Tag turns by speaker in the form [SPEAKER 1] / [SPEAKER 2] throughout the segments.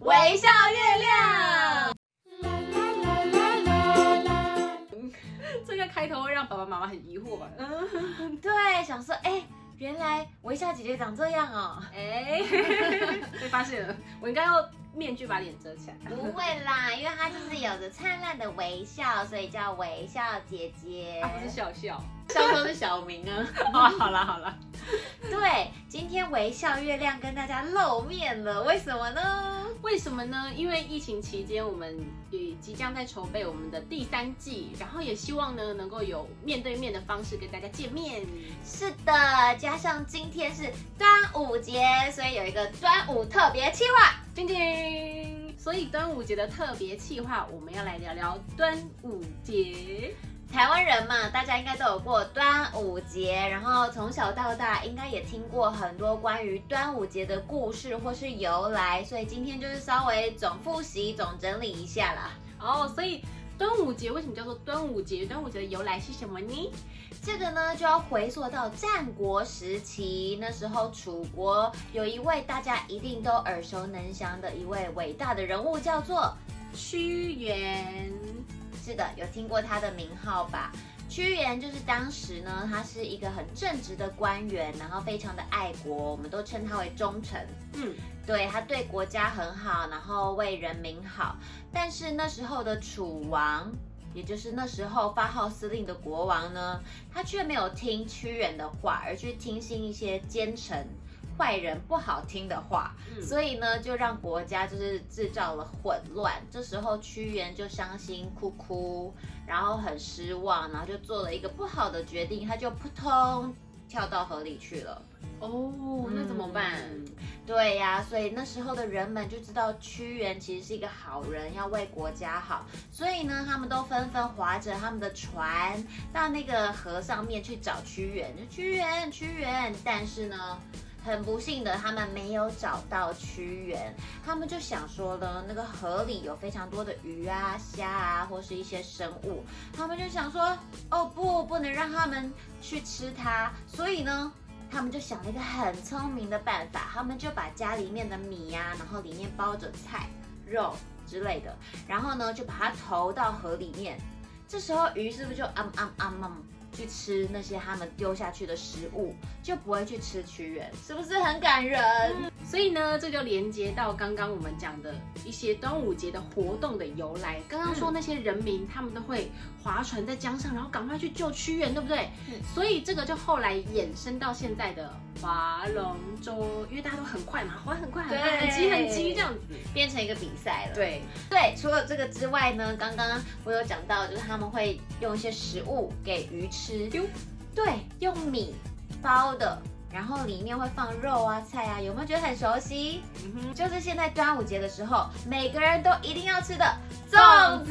[SPEAKER 1] 微笑月亮。
[SPEAKER 2] 这个开头会让爸爸妈妈很疑惑吧？嗯，
[SPEAKER 1] 对，想说，哎、原来微笑姐姐长这样哦。
[SPEAKER 2] 哎、 被发现了，我应该要面具把脸遮起来。
[SPEAKER 1] 不会啦，因为她就是有着灿烂的微笑，所以叫微笑姐姐。
[SPEAKER 2] 啊，不是笑 笑。
[SPEAKER 3] 笑笑是小明啊，
[SPEAKER 2] 哦，好啦好啦，
[SPEAKER 1] 对，今天微笑月亮跟大家露面了，为什么呢？
[SPEAKER 2] 为什么呢？因为疫情期间，我们也即将在筹备我们的第三季，然后也希望呢能够有面对面的方式跟大家见面。
[SPEAKER 1] 是的，加上今天是端午节，所以有一个端午特别计划。
[SPEAKER 2] 叮叮，所以端午节的特别企划，我们要来聊聊端午节。
[SPEAKER 1] 台湾人嘛，大家应该都有过端午节，然后从小到大应该也听过很多关于端午节的故事或是由来，所以今天就是稍微总复习、总整理一下啦。
[SPEAKER 2] 哦，所以端午节为什么叫做端午节？端午节的由来是什么呢？
[SPEAKER 1] 这个呢，就要回溯到战国时期，那时候楚国有一位大家一定都耳熟能详的一位伟大的人物，叫做
[SPEAKER 2] 屈原。
[SPEAKER 1] 是的，有听过他的名号吧？屈原就是当时呢，他是一个很正直的官员，然后非常的爱国，我们都称他为忠臣。
[SPEAKER 2] 嗯，
[SPEAKER 1] 对他对国家很好，然后为人民好。但是那时候的楚王，也就是那时候发号施令的国王呢，他却没有听屈原的话，而去听信一些奸臣、坏人不好听的话，
[SPEAKER 2] 嗯
[SPEAKER 1] 所以呢，就让国家就是制造了混乱。这时候屈原就伤心哭哭，然后很失望，然后就做了一个不好的决定，他就扑通跳到河里去了。
[SPEAKER 2] 哦，那怎么办？
[SPEAKER 1] 嗯对呀、所以那时候的人们就知道屈原其实是一个好人，要为国家好，所以呢，他们都纷纷划着他们的船到那个河上面去找屈原，就屈原，屈原。但是呢，很不幸的，他们没有找到屈原，他们就想说呢，那个河里有非常多的鱼啊、虾啊，或是一些生物，他们就想说，哦不，不能让他们去吃它，所以呢，他们就想了一个很聪明的办法，他们就把家里面的米呀、然后里面包着菜、肉之类的，然后呢就把它投到河里面。这时候鱼是不是就啊啊啊啊去吃那些他们丢下去的食物，就不会去吃屈原，是不是很感人？
[SPEAKER 2] 所以呢，这就连接到刚刚我们讲的一些端午节的活动的由来。刚刚说那些人民，他们都会划船在江上，然后赶快去救屈原，对不对？
[SPEAKER 1] 嗯
[SPEAKER 2] 所以这个就后来衍生到现在的划龙舟，因为大家都很快嘛，划很快，很快，很
[SPEAKER 1] 对
[SPEAKER 2] 急，很急这样子。
[SPEAKER 1] 变成一个比赛了。
[SPEAKER 2] 对，
[SPEAKER 1] 对，除了这个之外呢，刚刚我有讲到，就是他们会用一些食物给鱼吃，
[SPEAKER 2] 丢
[SPEAKER 1] 对，用米包的，然后里面会放肉啊、菜啊，有没有觉得很熟悉？
[SPEAKER 2] 嗯哼。
[SPEAKER 1] 就是现在端午节的时候，每个人都一定要吃的粽
[SPEAKER 2] 粽
[SPEAKER 1] 子。
[SPEAKER 2] 子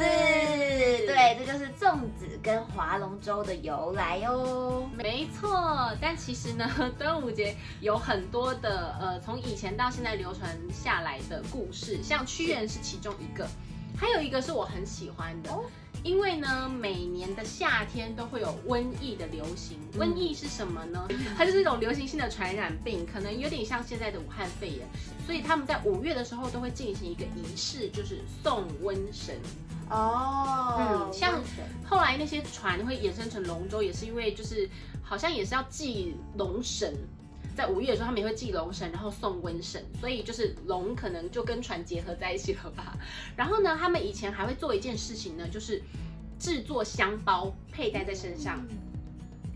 [SPEAKER 1] 对，这就是粽子跟划龙舟的由来哦哟。
[SPEAKER 2] 没错，但其实呢， 端午节有很多的呃，从以前到现在流传下来的故事，像屈原是其中一个，还有一个是我很喜欢的。
[SPEAKER 1] 哦
[SPEAKER 2] 因为呢，每年的夏天都会有瘟疫的流行。瘟疫是什么呢？它就是一种流行性的传染病，可能有点像现在的武汉肺炎。所以他们在五月的时候都会进行一个仪式，就是送瘟神。
[SPEAKER 1] 哦
[SPEAKER 2] 嗯像后来那些船会衍生成龙舟，也是因为就是好像也是要祭龙神，在五月的时候他们也会祭龙神，然后送瘟神，所以就是龙可能就跟船结合在一起了吧。 然后呢，他们以前还会做一件事情呢，就是制作香包佩戴在身上。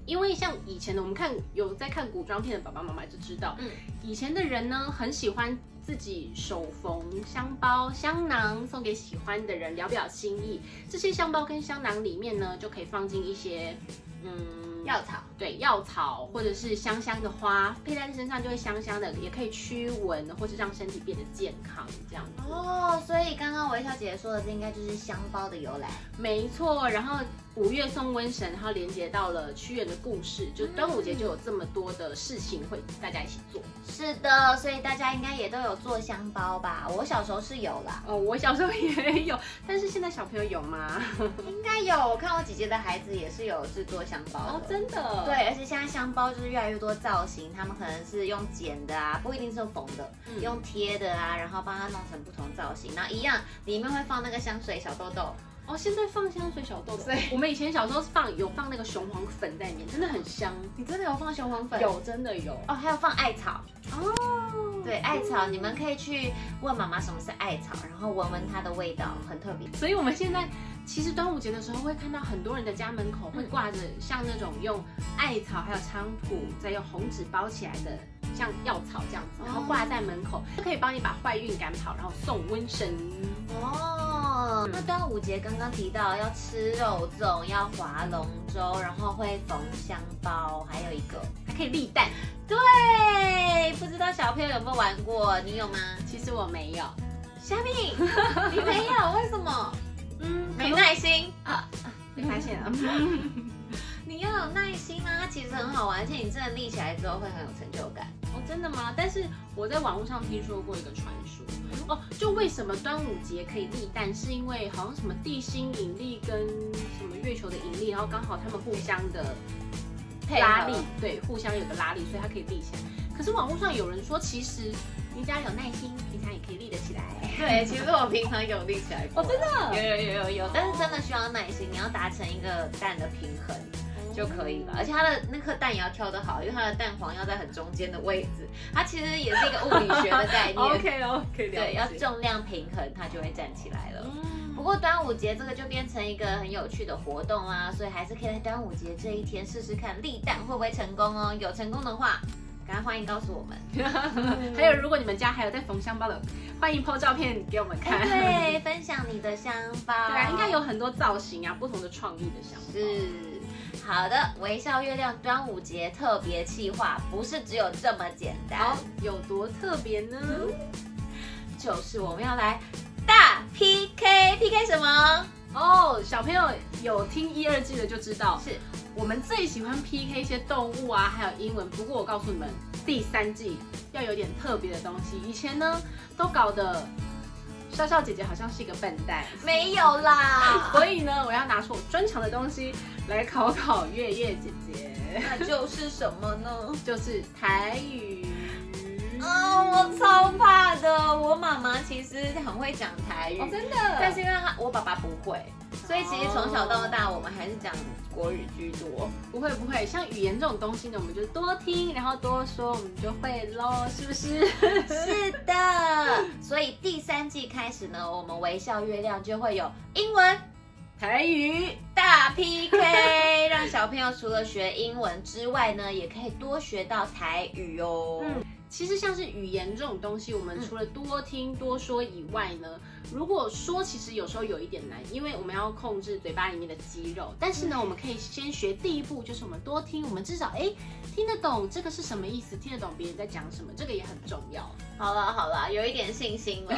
[SPEAKER 2] 因为像以前的我们看有在看古装片的爸爸妈妈就知道，
[SPEAKER 1] 嗯
[SPEAKER 2] 以前的人呢很喜欢自己手缝香包、香囊送给喜欢的人，聊表心意。这些香包跟香囊里面呢，就可以放进一些嗯
[SPEAKER 1] 药草。
[SPEAKER 2] 对药草或者是香香的花，佩戴在身上就会香香的，也可以驱蚊或是让身体变得健康这样子。
[SPEAKER 1] 哦，所以刚刚微笑姐姐说的，这应该就是香包的由来。
[SPEAKER 2] 没错，然后五月送瘟神，然后连接到了屈原的故事，就端午
[SPEAKER 1] 嗯
[SPEAKER 2] 节就有这么多的事情会大家一起做。
[SPEAKER 1] 是的，所以大家应该也都有做香包吧？我小时候是有啦，
[SPEAKER 2] 哦，我小时候也有，但是现在小朋友有吗？
[SPEAKER 1] 应该有。我看我姐姐的孩子也是有制作香包的。
[SPEAKER 2] 哦的
[SPEAKER 1] 对，而且现在香包就是越来越多造型，他们可能是用剪的啊，不一定是用缝的，
[SPEAKER 2] 嗯
[SPEAKER 1] 用贴的啊，然后帮它弄成不同造型，然后一样里面会放那个香水小豆豆，
[SPEAKER 2] 哦，现在放香水小豆豆，我们以前小时候是放有放那个雄黄粉在里面，真的很香。
[SPEAKER 1] 你真的有放雄黄粉？
[SPEAKER 2] 有，真的有。
[SPEAKER 1] 哦，还有放艾草，
[SPEAKER 2] 哦，
[SPEAKER 1] 对，艾草，你们可以去问妈妈什么是艾草，然后闻闻它的味道，很特别。
[SPEAKER 2] 所以我们现在其实端午节的时候会看到很多人的家门口会挂着像那种用艾草还有菖蒲，再用红纸包起来的。像药草这样子，然后挂在门口，可以帮你把坏运赶跑，然后送瘟神。
[SPEAKER 1] 哦，那端午节刚刚提到要吃肉粽，要划龙舟，然后会缝香包，还有一个
[SPEAKER 2] 还可以立蛋。
[SPEAKER 1] 对，不知道小朋友有没有玩过？你有吗？
[SPEAKER 2] 其实我没有，
[SPEAKER 1] 虾米， 你没有？为什么？
[SPEAKER 2] 嗯，
[SPEAKER 1] 没耐心。
[SPEAKER 2] 被发现了。
[SPEAKER 1] 你要有耐心啊，它其实很好玩，而且你真的立起来之后会很有成就感。
[SPEAKER 2] 哦，真的吗？但是我在网络上听说过一个传说，哦，就为什么端午节可以立蛋，是因为好像什么地心引力跟什么月球的引力，然后刚好他们互相的拉力，对，互相有个拉力，所以它可以立起来。可是网络上有人说，其实你只要有耐心，平常也可以立得起来。
[SPEAKER 3] 对，其实我平常有立起来过，
[SPEAKER 2] 哦，真的
[SPEAKER 3] 有有有有有，
[SPEAKER 1] 但是真的需要耐心，你要达成一个蛋的平衡就可以了。而且它的那颗蛋也要挑得好，因为它的蛋黄要在很中间的位置。它其实也是一个物理学的 概
[SPEAKER 3] 哦
[SPEAKER 1] 念，
[SPEAKER 2] 哦 OK OK，
[SPEAKER 1] 对，要重量平衡，它就会站起来了。
[SPEAKER 2] 嗯
[SPEAKER 1] 不过端午节这个就变成一个很有趣的活动啦，所以还是可以在端午节这一天试试看立蛋会不会成功哦。有成功的话，赶快欢迎告诉 我们。
[SPEAKER 2] 还有，如果你们家还有在缝香包的，欢迎 PO 照片给我们看。
[SPEAKER 1] 哎，对，分享你的香包，
[SPEAKER 2] 对啊，应该有很多造型啊，不同的创意的想法。
[SPEAKER 1] 哦是。好的，微笑月亮端午节特别企划不是只有这么简单
[SPEAKER 2] 好，，有多特别呢？
[SPEAKER 1] 嗯就是我们要来大 PK，PK 什么？
[SPEAKER 2] 哦、小朋友有听一二季的就知道，
[SPEAKER 1] 是
[SPEAKER 2] 我们最喜欢 PK 一些动物啊，还有英文。不过我告诉你们，第三季要有点特别的东西。以前呢，都搞得笑笑姐姐好像是一个笨蛋，
[SPEAKER 1] 没有 啦，
[SPEAKER 2] 所以呢，我要拿出我专长的东西来考考月月姐姐，
[SPEAKER 1] 那就是什么呢？
[SPEAKER 2] 就是台语。
[SPEAKER 1] 哦，我超怕的。我妈妈其实很会讲台语，
[SPEAKER 2] 哦，真的，
[SPEAKER 1] 但是因为她我爸爸不会，所以其实从小到大我们还是讲国语居多。
[SPEAKER 2] 不会不会，像语言这种东西呢，我们就多听，然后多说，我们就会喽，是不是？
[SPEAKER 1] 是的，所以第三季开始呢，我们微笑月亮就会有英文
[SPEAKER 2] 台语，
[SPEAKER 1] 大 PK，让小朋友除了学英文之外呢，也可以多学到台语哦。
[SPEAKER 2] 嗯其实像是语言这种东西，我们除了多听多说以外呢，如果说其实有时候有一点难，因为我们要控制嘴巴里面的肌肉。但是呢，我们可以先学第一步，就是我们多听，我们至少哎听得懂这个是什么意思，听得懂别人在讲什么，这个也很重要。
[SPEAKER 1] 好了好了，有一点信心 了。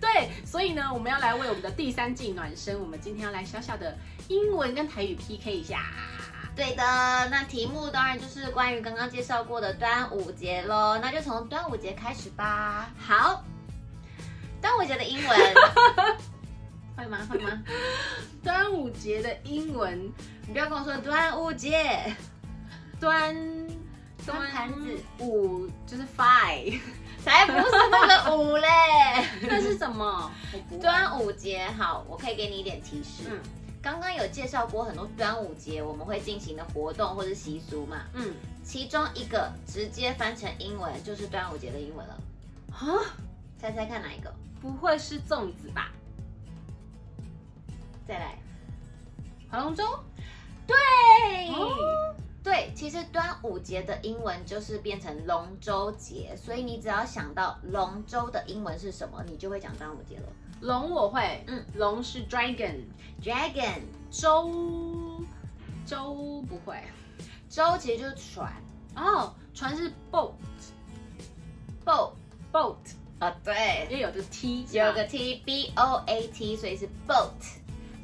[SPEAKER 2] 对，所以呢，我们要来为我们的第三季暖身，我们今天要来小小的英文跟台语 PK 一下。
[SPEAKER 1] 对的，那题目当然就是关于刚刚介绍过的端午节喽，那就从端午节开始吧。
[SPEAKER 2] 好，
[SPEAKER 1] 端午节的英文
[SPEAKER 2] 会吗？会吗？端午节的英文
[SPEAKER 1] 你不要跟我说端午节，
[SPEAKER 2] 端
[SPEAKER 1] 端盘子
[SPEAKER 2] 五就是 five，
[SPEAKER 1] 才不是那个五嘞。
[SPEAKER 2] 那是什么？
[SPEAKER 1] 端午节好，我可以给你一点提示。
[SPEAKER 2] 嗯
[SPEAKER 1] 刚刚有介绍过很多端午节我们会进行的活动或是习俗嘛，
[SPEAKER 2] 嗯
[SPEAKER 1] 其中一个直接翻成英文就是端午节的英文了，
[SPEAKER 2] 啊，
[SPEAKER 1] 猜猜看哪一个？
[SPEAKER 2] 不会是粽子吧？
[SPEAKER 1] 再来，
[SPEAKER 2] 划龙舟？
[SPEAKER 1] 对。
[SPEAKER 2] 哦
[SPEAKER 1] 对，其实端午节的英文就是变成龙舟节，所以你只要想到龙舟的英文是什么，你就会讲端午节了。
[SPEAKER 2] 龙我会，
[SPEAKER 1] 嗯
[SPEAKER 2] 嗯，龙是 dragon，
[SPEAKER 1] Dragon
[SPEAKER 2] 舟舟不会。
[SPEAKER 1] 舟其实就是船
[SPEAKER 2] 哦，船是 boat
[SPEAKER 1] ，boat
[SPEAKER 2] boat，
[SPEAKER 1] 啊，对，
[SPEAKER 2] 也有个 t，
[SPEAKER 1] 有个 t b o a t，所以是 boat，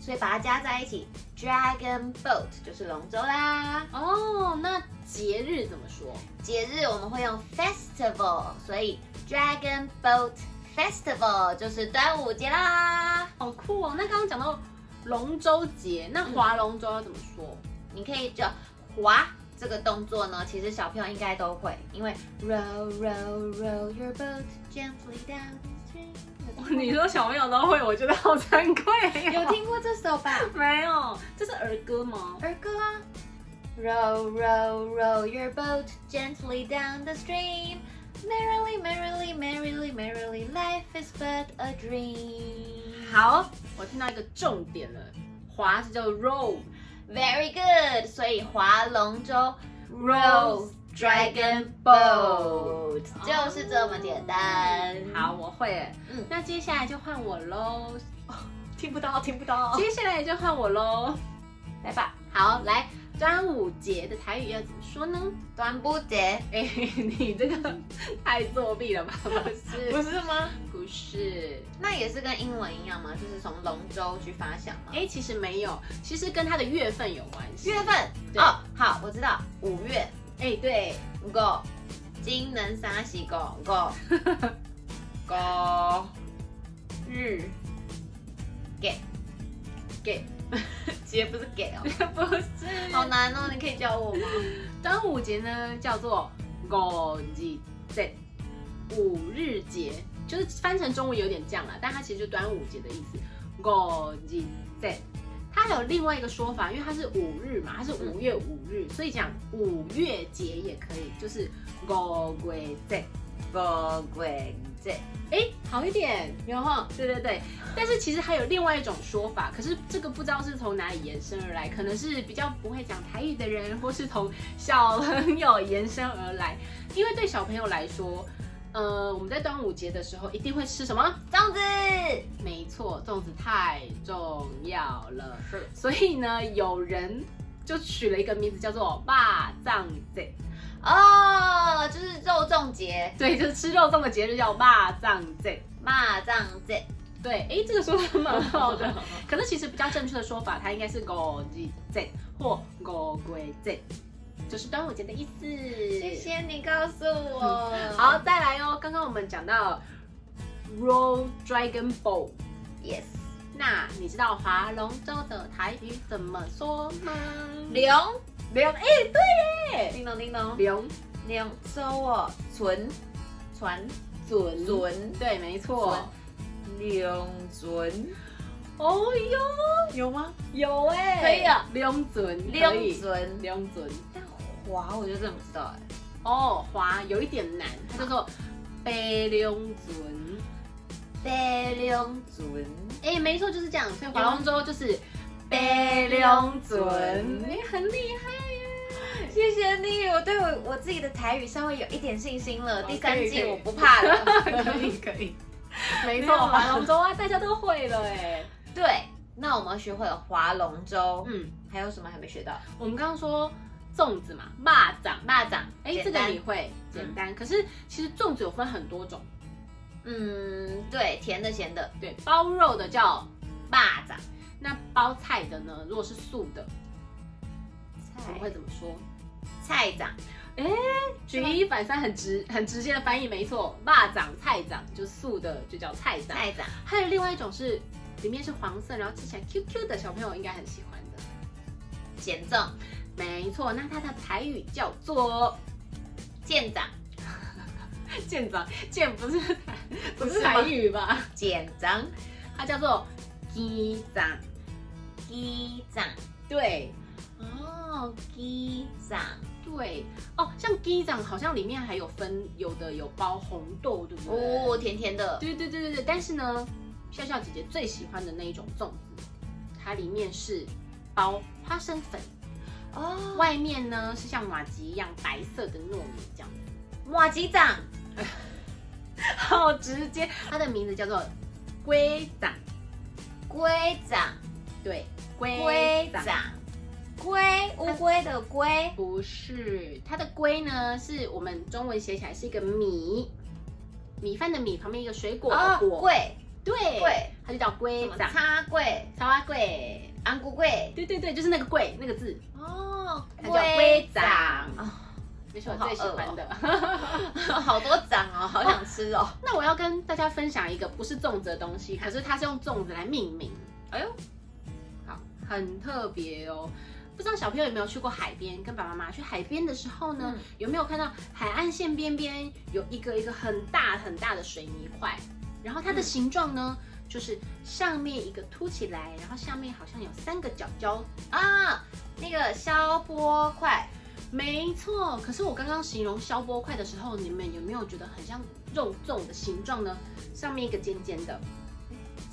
[SPEAKER 1] 所以把它加在一起，Dragon Boat 就是龙舟啦。
[SPEAKER 2] 哦，那节日怎么说？
[SPEAKER 1] 节日我们会用 festival，所以 Dragon Boat Festival 就是端午节啦。
[SPEAKER 2] 好嗯酷哦！那刚刚讲到龙舟节，那划龙舟要怎么说？
[SPEAKER 1] 你可以叫划这个动作呢，其实小朋友应该都会，因为 row row row your boat gently down the stream
[SPEAKER 2] 你说小朋友都会，我觉得好惭愧、啊
[SPEAKER 1] 有听过。有听过这首吧？
[SPEAKER 2] 没有？这是儿歌吗？
[SPEAKER 1] 儿歌啊，row row row your boat gently down the stream。Merrily, merrily, merrily, merrily, life is but a dream.
[SPEAKER 2] 好，我听到一个重点了，划是叫 roll。
[SPEAKER 1] Very good，所以划龙舟 row dragon boat 就是这么简单。
[SPEAKER 2] 好，，我会。
[SPEAKER 1] 嗯
[SPEAKER 2] 嗯，那接下来就换我喽。
[SPEAKER 3] 听不到，听不
[SPEAKER 1] 哦
[SPEAKER 3] 到。
[SPEAKER 2] 接下来就换我喽。
[SPEAKER 1] 来吧，
[SPEAKER 2] 好，来端午节的台语要怎么说呢？
[SPEAKER 1] 端午节
[SPEAKER 2] 哎、你这个太作弊了吧？不是，
[SPEAKER 3] 不是吗？
[SPEAKER 2] 不是。
[SPEAKER 1] 那也是跟英文一样吗？就是从龙舟去发想吗？
[SPEAKER 2] 哎、其实没有，其实跟它的月份有关系。
[SPEAKER 1] 月份
[SPEAKER 2] 对
[SPEAKER 1] 哦，好，我知道，五月
[SPEAKER 2] 哎、对，
[SPEAKER 1] go，金能沙喜 go go go 日 get
[SPEAKER 2] 给
[SPEAKER 1] 节不是 get 哦，
[SPEAKER 2] 不是。
[SPEAKER 1] 好难哦，你可以教我吗？
[SPEAKER 2] 端午节呢叫做五日节，五日节就是翻成中文有点这样啦，但它其实就端午节的意思。五日节，它还有另外一个说法，因为它是五日嘛，它是五月五日，所以讲五月节也可以，就是五月节。
[SPEAKER 1] 不鬼节
[SPEAKER 2] 哎，好一点，有哈，对对对。但是其实还有另外一种说法，可是这个不知道是从哪里延伸而来，可能是比较不会讲台语的人，或是从小朋友延伸而来。因为对小朋友来说，呃，我们在端午节的时候一定会吃什么？
[SPEAKER 1] 粽子
[SPEAKER 2] 没错，粽子太重要了。
[SPEAKER 1] 是
[SPEAKER 2] 所以呢，有人就取了一个名字叫做“霸藏节
[SPEAKER 1] 哦，就是肉粽节”，、
[SPEAKER 2] 对，就是吃肉粽的节日叫“霸藏节”。
[SPEAKER 1] 蚂蚱 节。
[SPEAKER 2] 对，哎，这个说的蛮好的。可是其实比较正确的说法，它应该是五日节或五鬼节，就是端午节的意思。
[SPEAKER 1] 谢。谢你告诉我。
[SPEAKER 2] 好，再来哦。刚刚我们讲到 roll dragon boat，
[SPEAKER 1] ，yes，
[SPEAKER 2] 那你知道划龙舟的台语怎么说吗？
[SPEAKER 1] 龙，
[SPEAKER 2] 龙，哎，对耶，
[SPEAKER 1] 叮咚叮咚，
[SPEAKER 2] 龙
[SPEAKER 1] 龙舟哦，船，船，
[SPEAKER 2] 准
[SPEAKER 1] 准
[SPEAKER 2] 对，没错。
[SPEAKER 1] 龙船，
[SPEAKER 2] 哦哟，有吗？有哎，
[SPEAKER 1] 可以啊，
[SPEAKER 2] 龙准，可
[SPEAKER 1] 龙
[SPEAKER 2] 以，
[SPEAKER 1] 船。
[SPEAKER 2] 龙准。
[SPEAKER 1] 但划我就真的不知道哎。
[SPEAKER 2] 哦，滑有一点难，它叫做背龙船。
[SPEAKER 1] 白龙船，
[SPEAKER 2] 哎、没错，就是这样。所以划龙舟就是背你很厉害 耶！
[SPEAKER 1] 谢谢你，我对我我自己的台语稍微有一点信心了。
[SPEAKER 2] 哦
[SPEAKER 1] 第三
[SPEAKER 2] 可以
[SPEAKER 1] 季
[SPEAKER 2] 可以
[SPEAKER 1] 我不怕了。
[SPEAKER 2] 可以可以，没错，划龙舟啊，大家都会了哎。
[SPEAKER 1] 对，那我们学会了划龙舟，
[SPEAKER 2] 嗯，
[SPEAKER 1] 还有什么还没学到？
[SPEAKER 2] 我们刚刚说粽子嘛，蚂蚱，
[SPEAKER 1] 蚂蚱，
[SPEAKER 2] 哎、
[SPEAKER 1] 简
[SPEAKER 2] 这个
[SPEAKER 1] 单
[SPEAKER 2] 你会简单。可是其实粽子有分很多种，
[SPEAKER 1] 嗯，对，甜的咸的，
[SPEAKER 2] 对，包肉的叫，
[SPEAKER 1] 蚂蚱
[SPEAKER 2] 那包菜的呢，如果是素的，我们会
[SPEAKER 1] 菜
[SPEAKER 2] 怎么说？
[SPEAKER 1] 菜长，
[SPEAKER 2] 举一反三，很直很直接的翻译，没错。蚂蚱、菜长就素的就叫菜长，
[SPEAKER 1] 菜长，
[SPEAKER 2] 还有另外一种是里面是黄色，然后吃起来 Q Q 的，小朋友应该很喜欢的。
[SPEAKER 1] 减重，
[SPEAKER 2] 没错，那它的台语叫做
[SPEAKER 1] 舰长，
[SPEAKER 2] 舰长，舰不是不
[SPEAKER 1] 不是
[SPEAKER 2] 是
[SPEAKER 1] 吗
[SPEAKER 2] 台语吧？
[SPEAKER 1] 舰长，
[SPEAKER 2] 它叫做鸡长，
[SPEAKER 1] 机长，
[SPEAKER 2] 对
[SPEAKER 1] 哦，机长，
[SPEAKER 2] 对哦，像鸡长好像里面还有分，有的有包红豆，对不对？
[SPEAKER 1] 哦，甜甜的，
[SPEAKER 2] 对对对对对，但是呢，笑笑姐姐最喜欢的那一种粽子，它里面是包花生粉，
[SPEAKER 1] 哦，
[SPEAKER 2] 外面呢是像马吉一样白色的糯米这样子，
[SPEAKER 1] 马吉长，
[SPEAKER 2] 好直接。它的名字叫做龟掌，
[SPEAKER 1] 龟长，
[SPEAKER 2] 对，龟
[SPEAKER 1] 龟
[SPEAKER 2] 掌
[SPEAKER 1] 长，龟，乌龟的龟，
[SPEAKER 2] 不是它的龟呢，是我们中文写起来是一个米，米饭的米旁边一个水果的果，
[SPEAKER 1] 贵
[SPEAKER 2] 对，
[SPEAKER 1] 贵，
[SPEAKER 2] 它就叫龟
[SPEAKER 1] 哦什么
[SPEAKER 2] 掌，
[SPEAKER 1] 叉贵，
[SPEAKER 2] 草花贵。
[SPEAKER 1] 安菇贵，
[SPEAKER 2] 对对对，就是那个贵那个字，
[SPEAKER 1] 哦，
[SPEAKER 2] 它叫龟掌
[SPEAKER 1] 龟掌
[SPEAKER 2] 那是我最喜欢的。
[SPEAKER 1] 哦， 好多长哦，好想吃哦，
[SPEAKER 2] 那我要跟大家分享一个不是粽子的东西，可是它是用粽子来命名，
[SPEAKER 1] 哎呦，
[SPEAKER 2] 很特别哦。不不知道小朋友有没有去过海边？跟爸爸妈妈去海边的时候呢，有没有看到海岸线边边有一个一个很大很大的水泥块？然后它的形状呢，就是上面一个凸起来，然后下面好像有三个角角。
[SPEAKER 1] 啊，那个消波块，
[SPEAKER 2] 没错，可是我刚刚形容消波块的时候，你们有没有觉得很像肉粽的形状呢？上面一个尖尖的，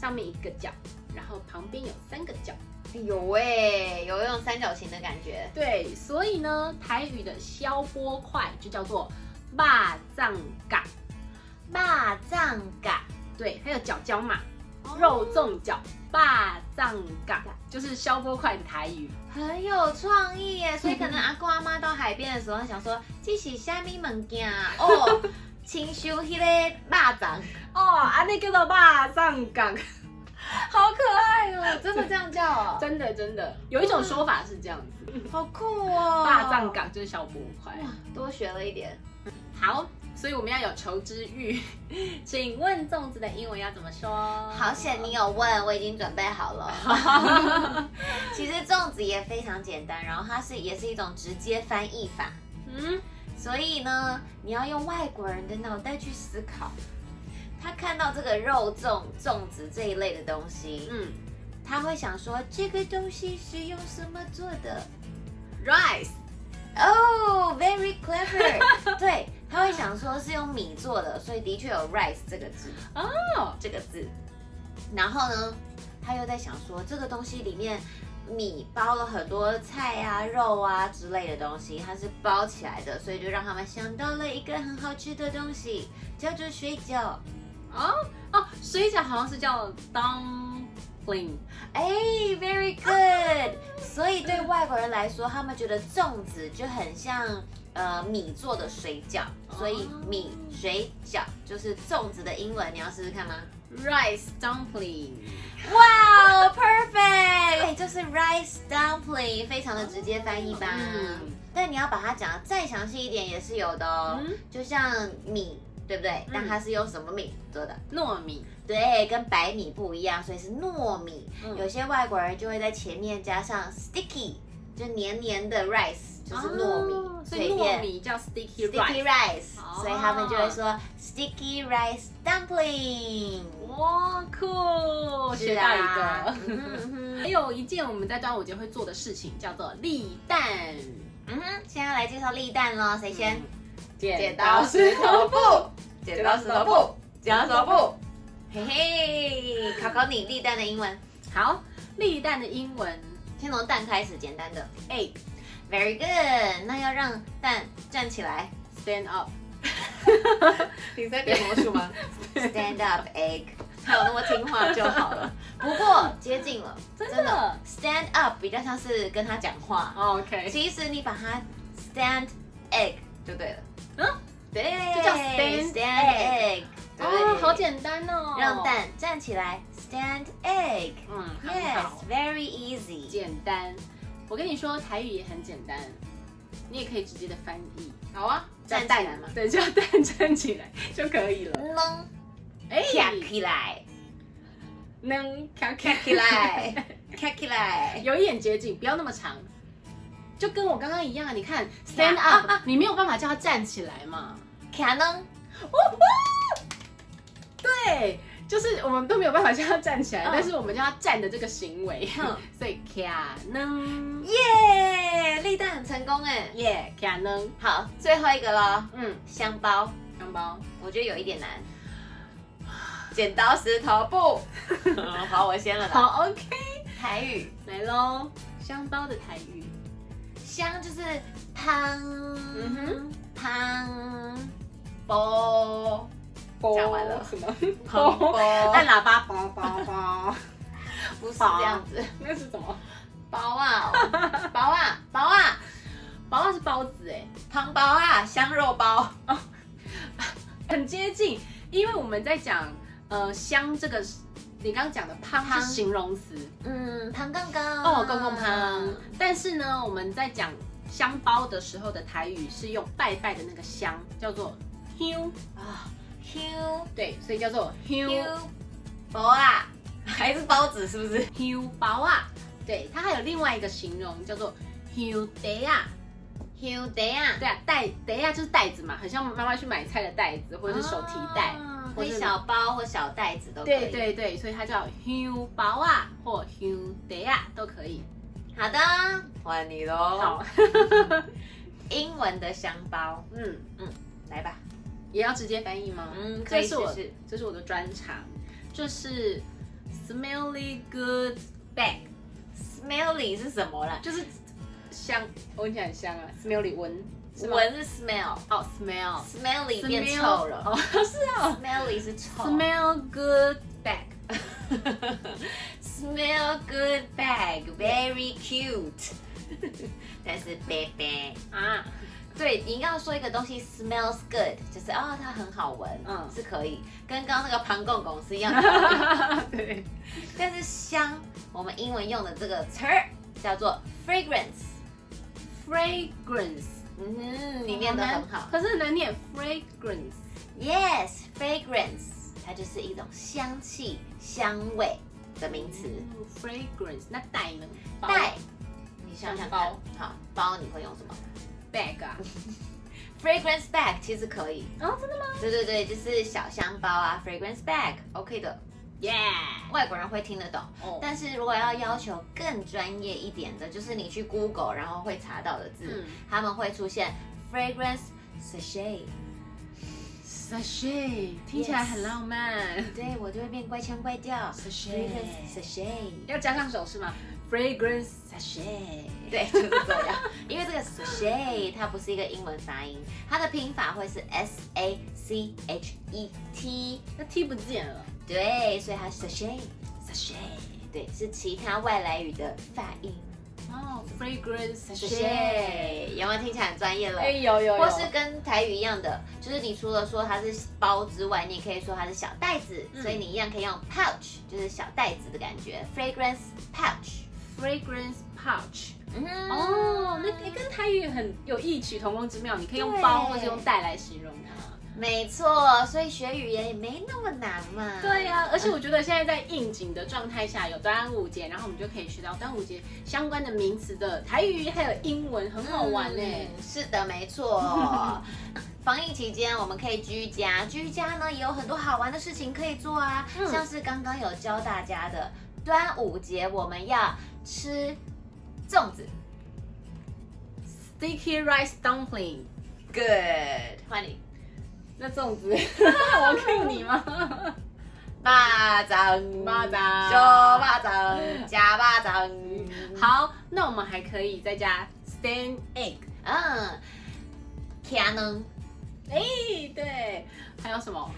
[SPEAKER 2] 上面一个角，然后旁边有三个角。
[SPEAKER 1] 有哎，有一种三角形的感觉。
[SPEAKER 2] 对，所以呢，台语的消波块就叫做霸藏嘎。
[SPEAKER 1] 霸藏嘎，
[SPEAKER 2] 对，还有角角嘛，
[SPEAKER 1] 哦
[SPEAKER 2] 肉粽角，霸藏嘎就是消波块的台语。
[SPEAKER 1] 很有创意耶，所以可能阿公阿妈到海边的时候，想说这是虾米物件啊 哦，请收迄个蚂蚱，
[SPEAKER 2] 哦，啊，那叫做霸藏嘎，好可爱哦！
[SPEAKER 1] 真的这样叫哦，
[SPEAKER 2] 真的真的，有一种说法是这样子，
[SPEAKER 1] 好酷哦，
[SPEAKER 2] 霸藏，嘎就是消波块。
[SPEAKER 1] 多学了一点。
[SPEAKER 2] 好，所以我们要有求知欲。 请问粽子的英文要怎么说？
[SPEAKER 1] 好险你有问，我已经准备好了。 其实粽子也非常简单，然后它是也是一种直接翻译法，
[SPEAKER 2] 嗯，
[SPEAKER 1] 所以呢，你要用外国人的脑袋去思考。他看到这个肉粽、粽子这一类的东西，
[SPEAKER 2] 嗯
[SPEAKER 1] 他会想说这个东西是用什么做的？
[SPEAKER 2] ，rice，
[SPEAKER 1] 哦、v e r y clever 。对，他会想说是用米做的，所以的确有 rice 这个字
[SPEAKER 2] 哦
[SPEAKER 1] 这个字。然后呢，他又在想说这个东西里面米包了很多菜啊、肉啊之类的东西，它是包起来的，所以就让他们想到了一个很好吃的东西，叫做水饺。
[SPEAKER 2] 哦哦，水饺好像是叫 dumpling，
[SPEAKER 1] 哎，very good。所以对外国人来说，他们觉得粽子就很像呃米做的水饺，所以米水饺就是粽子的英文，你要试试看吗？
[SPEAKER 2] rice dumpling。
[SPEAKER 1] 哇、哦 p e r f e c t 就是 rice dumpling，非常的直接翻译吧。
[SPEAKER 2] 嗯
[SPEAKER 1] 但你要把它讲得再详细一点也是有的哦，
[SPEAKER 2] 嗯
[SPEAKER 1] 就像米，对不对？但它是用什么米做的？
[SPEAKER 2] 糯米，
[SPEAKER 1] 对，跟白米不一样，所以是糯米。
[SPEAKER 2] 嗯
[SPEAKER 1] 有些外国人就会在前面加上 sticky，就黏黏的 rice，就是糯米，
[SPEAKER 2] 哦所以
[SPEAKER 1] 变
[SPEAKER 2] 糯米叫 sticky rice。
[SPEAKER 1] sticky rice，、
[SPEAKER 2] 哦
[SPEAKER 1] 所以他们就会说 sticky rice dumpling。
[SPEAKER 2] 哇酷，学
[SPEAKER 1] 是
[SPEAKER 2] 到一
[SPEAKER 1] 啊
[SPEAKER 2] 个。
[SPEAKER 1] 嗯哼嗯哼
[SPEAKER 2] 还有一件我们在端午节会做的事情叫做立蛋，
[SPEAKER 1] 嗯哼，现在来介绍立蛋喽，谁先？
[SPEAKER 2] 嗯剪
[SPEAKER 1] 布，剪刀石
[SPEAKER 3] 啊
[SPEAKER 1] 头布，剪刀石头布。嘿嘿，考考你立蛋的英文，
[SPEAKER 2] 好，立蛋的英文
[SPEAKER 1] 先从蛋开始，简单的。
[SPEAKER 2] egg
[SPEAKER 1] Very good，那要让蛋站起来
[SPEAKER 2] stand up。
[SPEAKER 3] 你在变魔术吗？
[SPEAKER 1] ，stand up egg，没有那么听话就 好了。不过接近了，真
[SPEAKER 2] 的哦
[SPEAKER 1] stand up 比较像是跟他讲话，
[SPEAKER 2] OK，
[SPEAKER 1] 其实你把它 stand egg 就对了。
[SPEAKER 2] 嗯，
[SPEAKER 1] 对，
[SPEAKER 2] 就叫 stand
[SPEAKER 1] egg，对，
[SPEAKER 2] 哦，好简单哦，
[SPEAKER 1] 让蛋站起来，stand egg。
[SPEAKER 2] 嗯，很
[SPEAKER 1] Yes,
[SPEAKER 2] 好，
[SPEAKER 1] very easy。
[SPEAKER 2] 简单。我跟你说，台语也很简单，你也可以直接的翻译，
[SPEAKER 1] 好啊，站起来嘛，
[SPEAKER 2] 对，叫蛋站起来就可以了。
[SPEAKER 1] 能
[SPEAKER 2] 哎
[SPEAKER 1] 卡起来，
[SPEAKER 2] 能卡卡
[SPEAKER 1] 起来， 卡起来。
[SPEAKER 2] 有一点接近，不要那么长，就跟我刚刚一样啊。你看
[SPEAKER 1] Yeah.
[SPEAKER 2] stand
[SPEAKER 1] 啊
[SPEAKER 2] up，你没有办法叫他站起来嘛。
[SPEAKER 1] 卡能
[SPEAKER 2] 对，就是我们都没有办法叫他站起来，
[SPEAKER 1] 嗯
[SPEAKER 2] 但是我们叫他站的这个行为
[SPEAKER 1] 嗯，
[SPEAKER 2] 所以卡能
[SPEAKER 1] 耶，立蛋很成功哎。
[SPEAKER 2] 耶卡能，
[SPEAKER 1] 好，最后一个喽，
[SPEAKER 2] 嗯，
[SPEAKER 1] 香包，
[SPEAKER 2] 香包，
[SPEAKER 1] 我觉得有一点难。剪刀石头布， 好，我先了啦。
[SPEAKER 2] 好 OK，
[SPEAKER 1] 台语
[SPEAKER 2] 来喽，香包的台语，
[SPEAKER 1] 香就是汤，
[SPEAKER 2] 嗯哼，
[SPEAKER 1] 汤包，讲完了
[SPEAKER 2] 什么？
[SPEAKER 1] 包，
[SPEAKER 2] 按喇叭，包包包，
[SPEAKER 1] 不是这样子，
[SPEAKER 2] 那是什么？
[SPEAKER 1] 包啊，包啊，包啊。
[SPEAKER 2] 包包是包子哎，
[SPEAKER 1] 欸汤包啊，香肉包，
[SPEAKER 2] 很接近，因为我们在讲呃香这个，你刚刚讲的胖
[SPEAKER 1] 胖
[SPEAKER 2] 是形容词
[SPEAKER 1] 嗯，汤杠杠
[SPEAKER 2] 哦，公公胖，但是呢，我们在讲香包的时候的台语是用拜拜的那个香叫做 hu，
[SPEAKER 1] 啊，Q
[SPEAKER 2] 对，所以叫做 hu
[SPEAKER 1] Q 包啊，还是包子是不是？
[SPEAKER 2] hu 包啊，对，它还有另外一个形容叫做，hiu
[SPEAKER 1] 等一下 h u 等一下，
[SPEAKER 2] 对啊，袋等一下就是袋子嘛，很像妈妈去买菜的袋子，或者是手提袋，
[SPEAKER 1] 啊
[SPEAKER 2] 或
[SPEAKER 1] 可
[SPEAKER 2] 者
[SPEAKER 1] 以
[SPEAKER 2] 是
[SPEAKER 1] 小包或小袋子都可以。
[SPEAKER 2] 对对对，所以它叫 hiu 包啊或 hiu 袋啊都可以。
[SPEAKER 1] 好的，换你喽。
[SPEAKER 2] 好，
[SPEAKER 1] 英文的香包，
[SPEAKER 2] 嗯，
[SPEAKER 1] 来吧。
[SPEAKER 2] 也要直接翻译吗？
[SPEAKER 1] 嗯可
[SPEAKER 2] 这
[SPEAKER 1] 以
[SPEAKER 2] 是我
[SPEAKER 1] 试试
[SPEAKER 2] 这是我的专长，就是 smelly good
[SPEAKER 1] Bag smelly 是什么啦？
[SPEAKER 2] 就是香，我跟你讲很香啊，smelly 闻是吗
[SPEAKER 1] 闻是 smell。
[SPEAKER 2] 哦 smell
[SPEAKER 1] Smelly
[SPEAKER 2] Smell-
[SPEAKER 1] 变臭了
[SPEAKER 2] 哦是哦
[SPEAKER 1] ，Smelly 是臭。
[SPEAKER 2] ，smell good bag，
[SPEAKER 1] Smell good bag, very cute。但是 baby，
[SPEAKER 2] 啊，
[SPEAKER 1] 对，你刚刚说一个东西 smells good，就是哦，它很好闻，
[SPEAKER 2] 嗯
[SPEAKER 1] 嗯，是可以，跟刚刚那个庞公公是一 样的。
[SPEAKER 2] 对，
[SPEAKER 1] 但是香，我们英文用的这个词儿叫做 fragrance。
[SPEAKER 2] fragrance。
[SPEAKER 1] 嗯哼，你念的很好。
[SPEAKER 2] 可是很难念 fragrance。
[SPEAKER 1] Yes, fragrance，它就是一种香气、香味的名词。
[SPEAKER 2] 嗯 fragrance，那袋呢？
[SPEAKER 1] 袋，你想想看
[SPEAKER 2] 包，
[SPEAKER 1] 好，包你会用什么
[SPEAKER 2] bag 啊？
[SPEAKER 1] ？Fragrance bag 其实可以，
[SPEAKER 2] 哦，真的吗
[SPEAKER 1] 对对对，就是小香包啊，fragrance bag，OK 的，
[SPEAKER 2] ？Yeah。
[SPEAKER 1] 外国人会听得懂。
[SPEAKER 2] 哦，
[SPEAKER 1] 但是如果要要求更专业一点的，就是你去 Google 然后会查到的字，
[SPEAKER 2] 嗯
[SPEAKER 1] 他们会出现 fragrance sachet，
[SPEAKER 2] ，sachet 听起来很浪漫。
[SPEAKER 1] 对我就会变怪腔怪调。fragrance sachet，
[SPEAKER 2] 要加上手是吗？fragrance sachet。
[SPEAKER 1] 对，就是这样。因为这个 sachet 它不是一个英文发音，它的拼法会是 s a c h e t，
[SPEAKER 2] 那 t 不见了。
[SPEAKER 1] 对，所以它 sachet sachet，对，是其他外来语的发音。
[SPEAKER 2] 哦，fragrance sachet。
[SPEAKER 1] sachet 有没有听起来很专业了？
[SPEAKER 2] 哎，有有有。
[SPEAKER 1] 或是跟台语一样的，就是你除了说它是包之外，你也可以说它是小袋子，
[SPEAKER 2] 嗯
[SPEAKER 1] 所以你一样可以用 pouch，就是小袋子的感觉，fragrance pouch。
[SPEAKER 2] fragrance pouch。
[SPEAKER 1] 嗯哼
[SPEAKER 2] 哦，那你跟台语很有异曲同工之妙，你可以用
[SPEAKER 1] 对
[SPEAKER 2] 包或是用袋来形容它。
[SPEAKER 1] 没错，所以学语言也没那么难嘛。
[SPEAKER 2] 对呀、而且我觉得现在在应景的状态下，有端午节，然后我们就可以学到端午节相关的名词的台语还有英文，很好玩欸呢、
[SPEAKER 1] 嗯是的，没错。防疫期间，我们可以居家，居家呢也有很多好玩的事情可以做啊，
[SPEAKER 2] 嗯
[SPEAKER 1] 像是刚刚有教大家的端午节，我们要吃粽子。
[SPEAKER 2] Sticky rice dumpling，
[SPEAKER 1] Good，换你。
[SPEAKER 2] 那粽 子，我 Q 你吗？
[SPEAKER 1] 巴掌，
[SPEAKER 2] 巴 掌
[SPEAKER 1] 小巴掌，假巴掌。嗯
[SPEAKER 2] 好，那我们还可以再加 stand egg，
[SPEAKER 1] 嗯，卡能
[SPEAKER 2] 哎、对，还有什么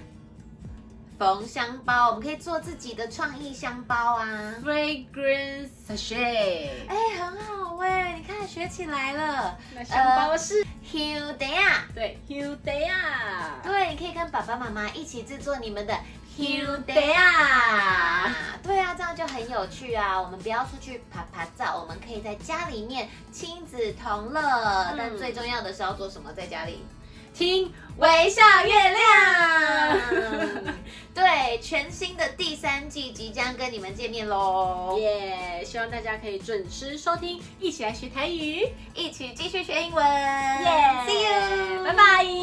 [SPEAKER 1] 缝香包，我们可以做自己的创意香包啊。
[SPEAKER 2] fragrance sachet，
[SPEAKER 1] 哎、很好喂、你看学起来了。
[SPEAKER 2] 那香包是、
[SPEAKER 1] Hugh，等一下，
[SPEAKER 2] 呃对 Hugh Day 啊，
[SPEAKER 1] 对，你可以跟爸爸妈妈一起制作你们的 Hugh
[SPEAKER 2] Hugh
[SPEAKER 1] Day
[SPEAKER 2] Day
[SPEAKER 1] 啊。对啊，这样就很有趣啊。我们不要出去拍拍照，我们可以在家里面亲子同乐。但最重要的是要做什么？在家里
[SPEAKER 2] 听
[SPEAKER 1] 微笑月亮。
[SPEAKER 2] 嗯
[SPEAKER 1] 对，全新的第三季即将跟你们见面 喽
[SPEAKER 2] 耶希望大家可以准时收听，一起来学台语。
[SPEAKER 1] 一起继续学英文。
[SPEAKER 2] 耶
[SPEAKER 1] See you，
[SPEAKER 2] 拜拜。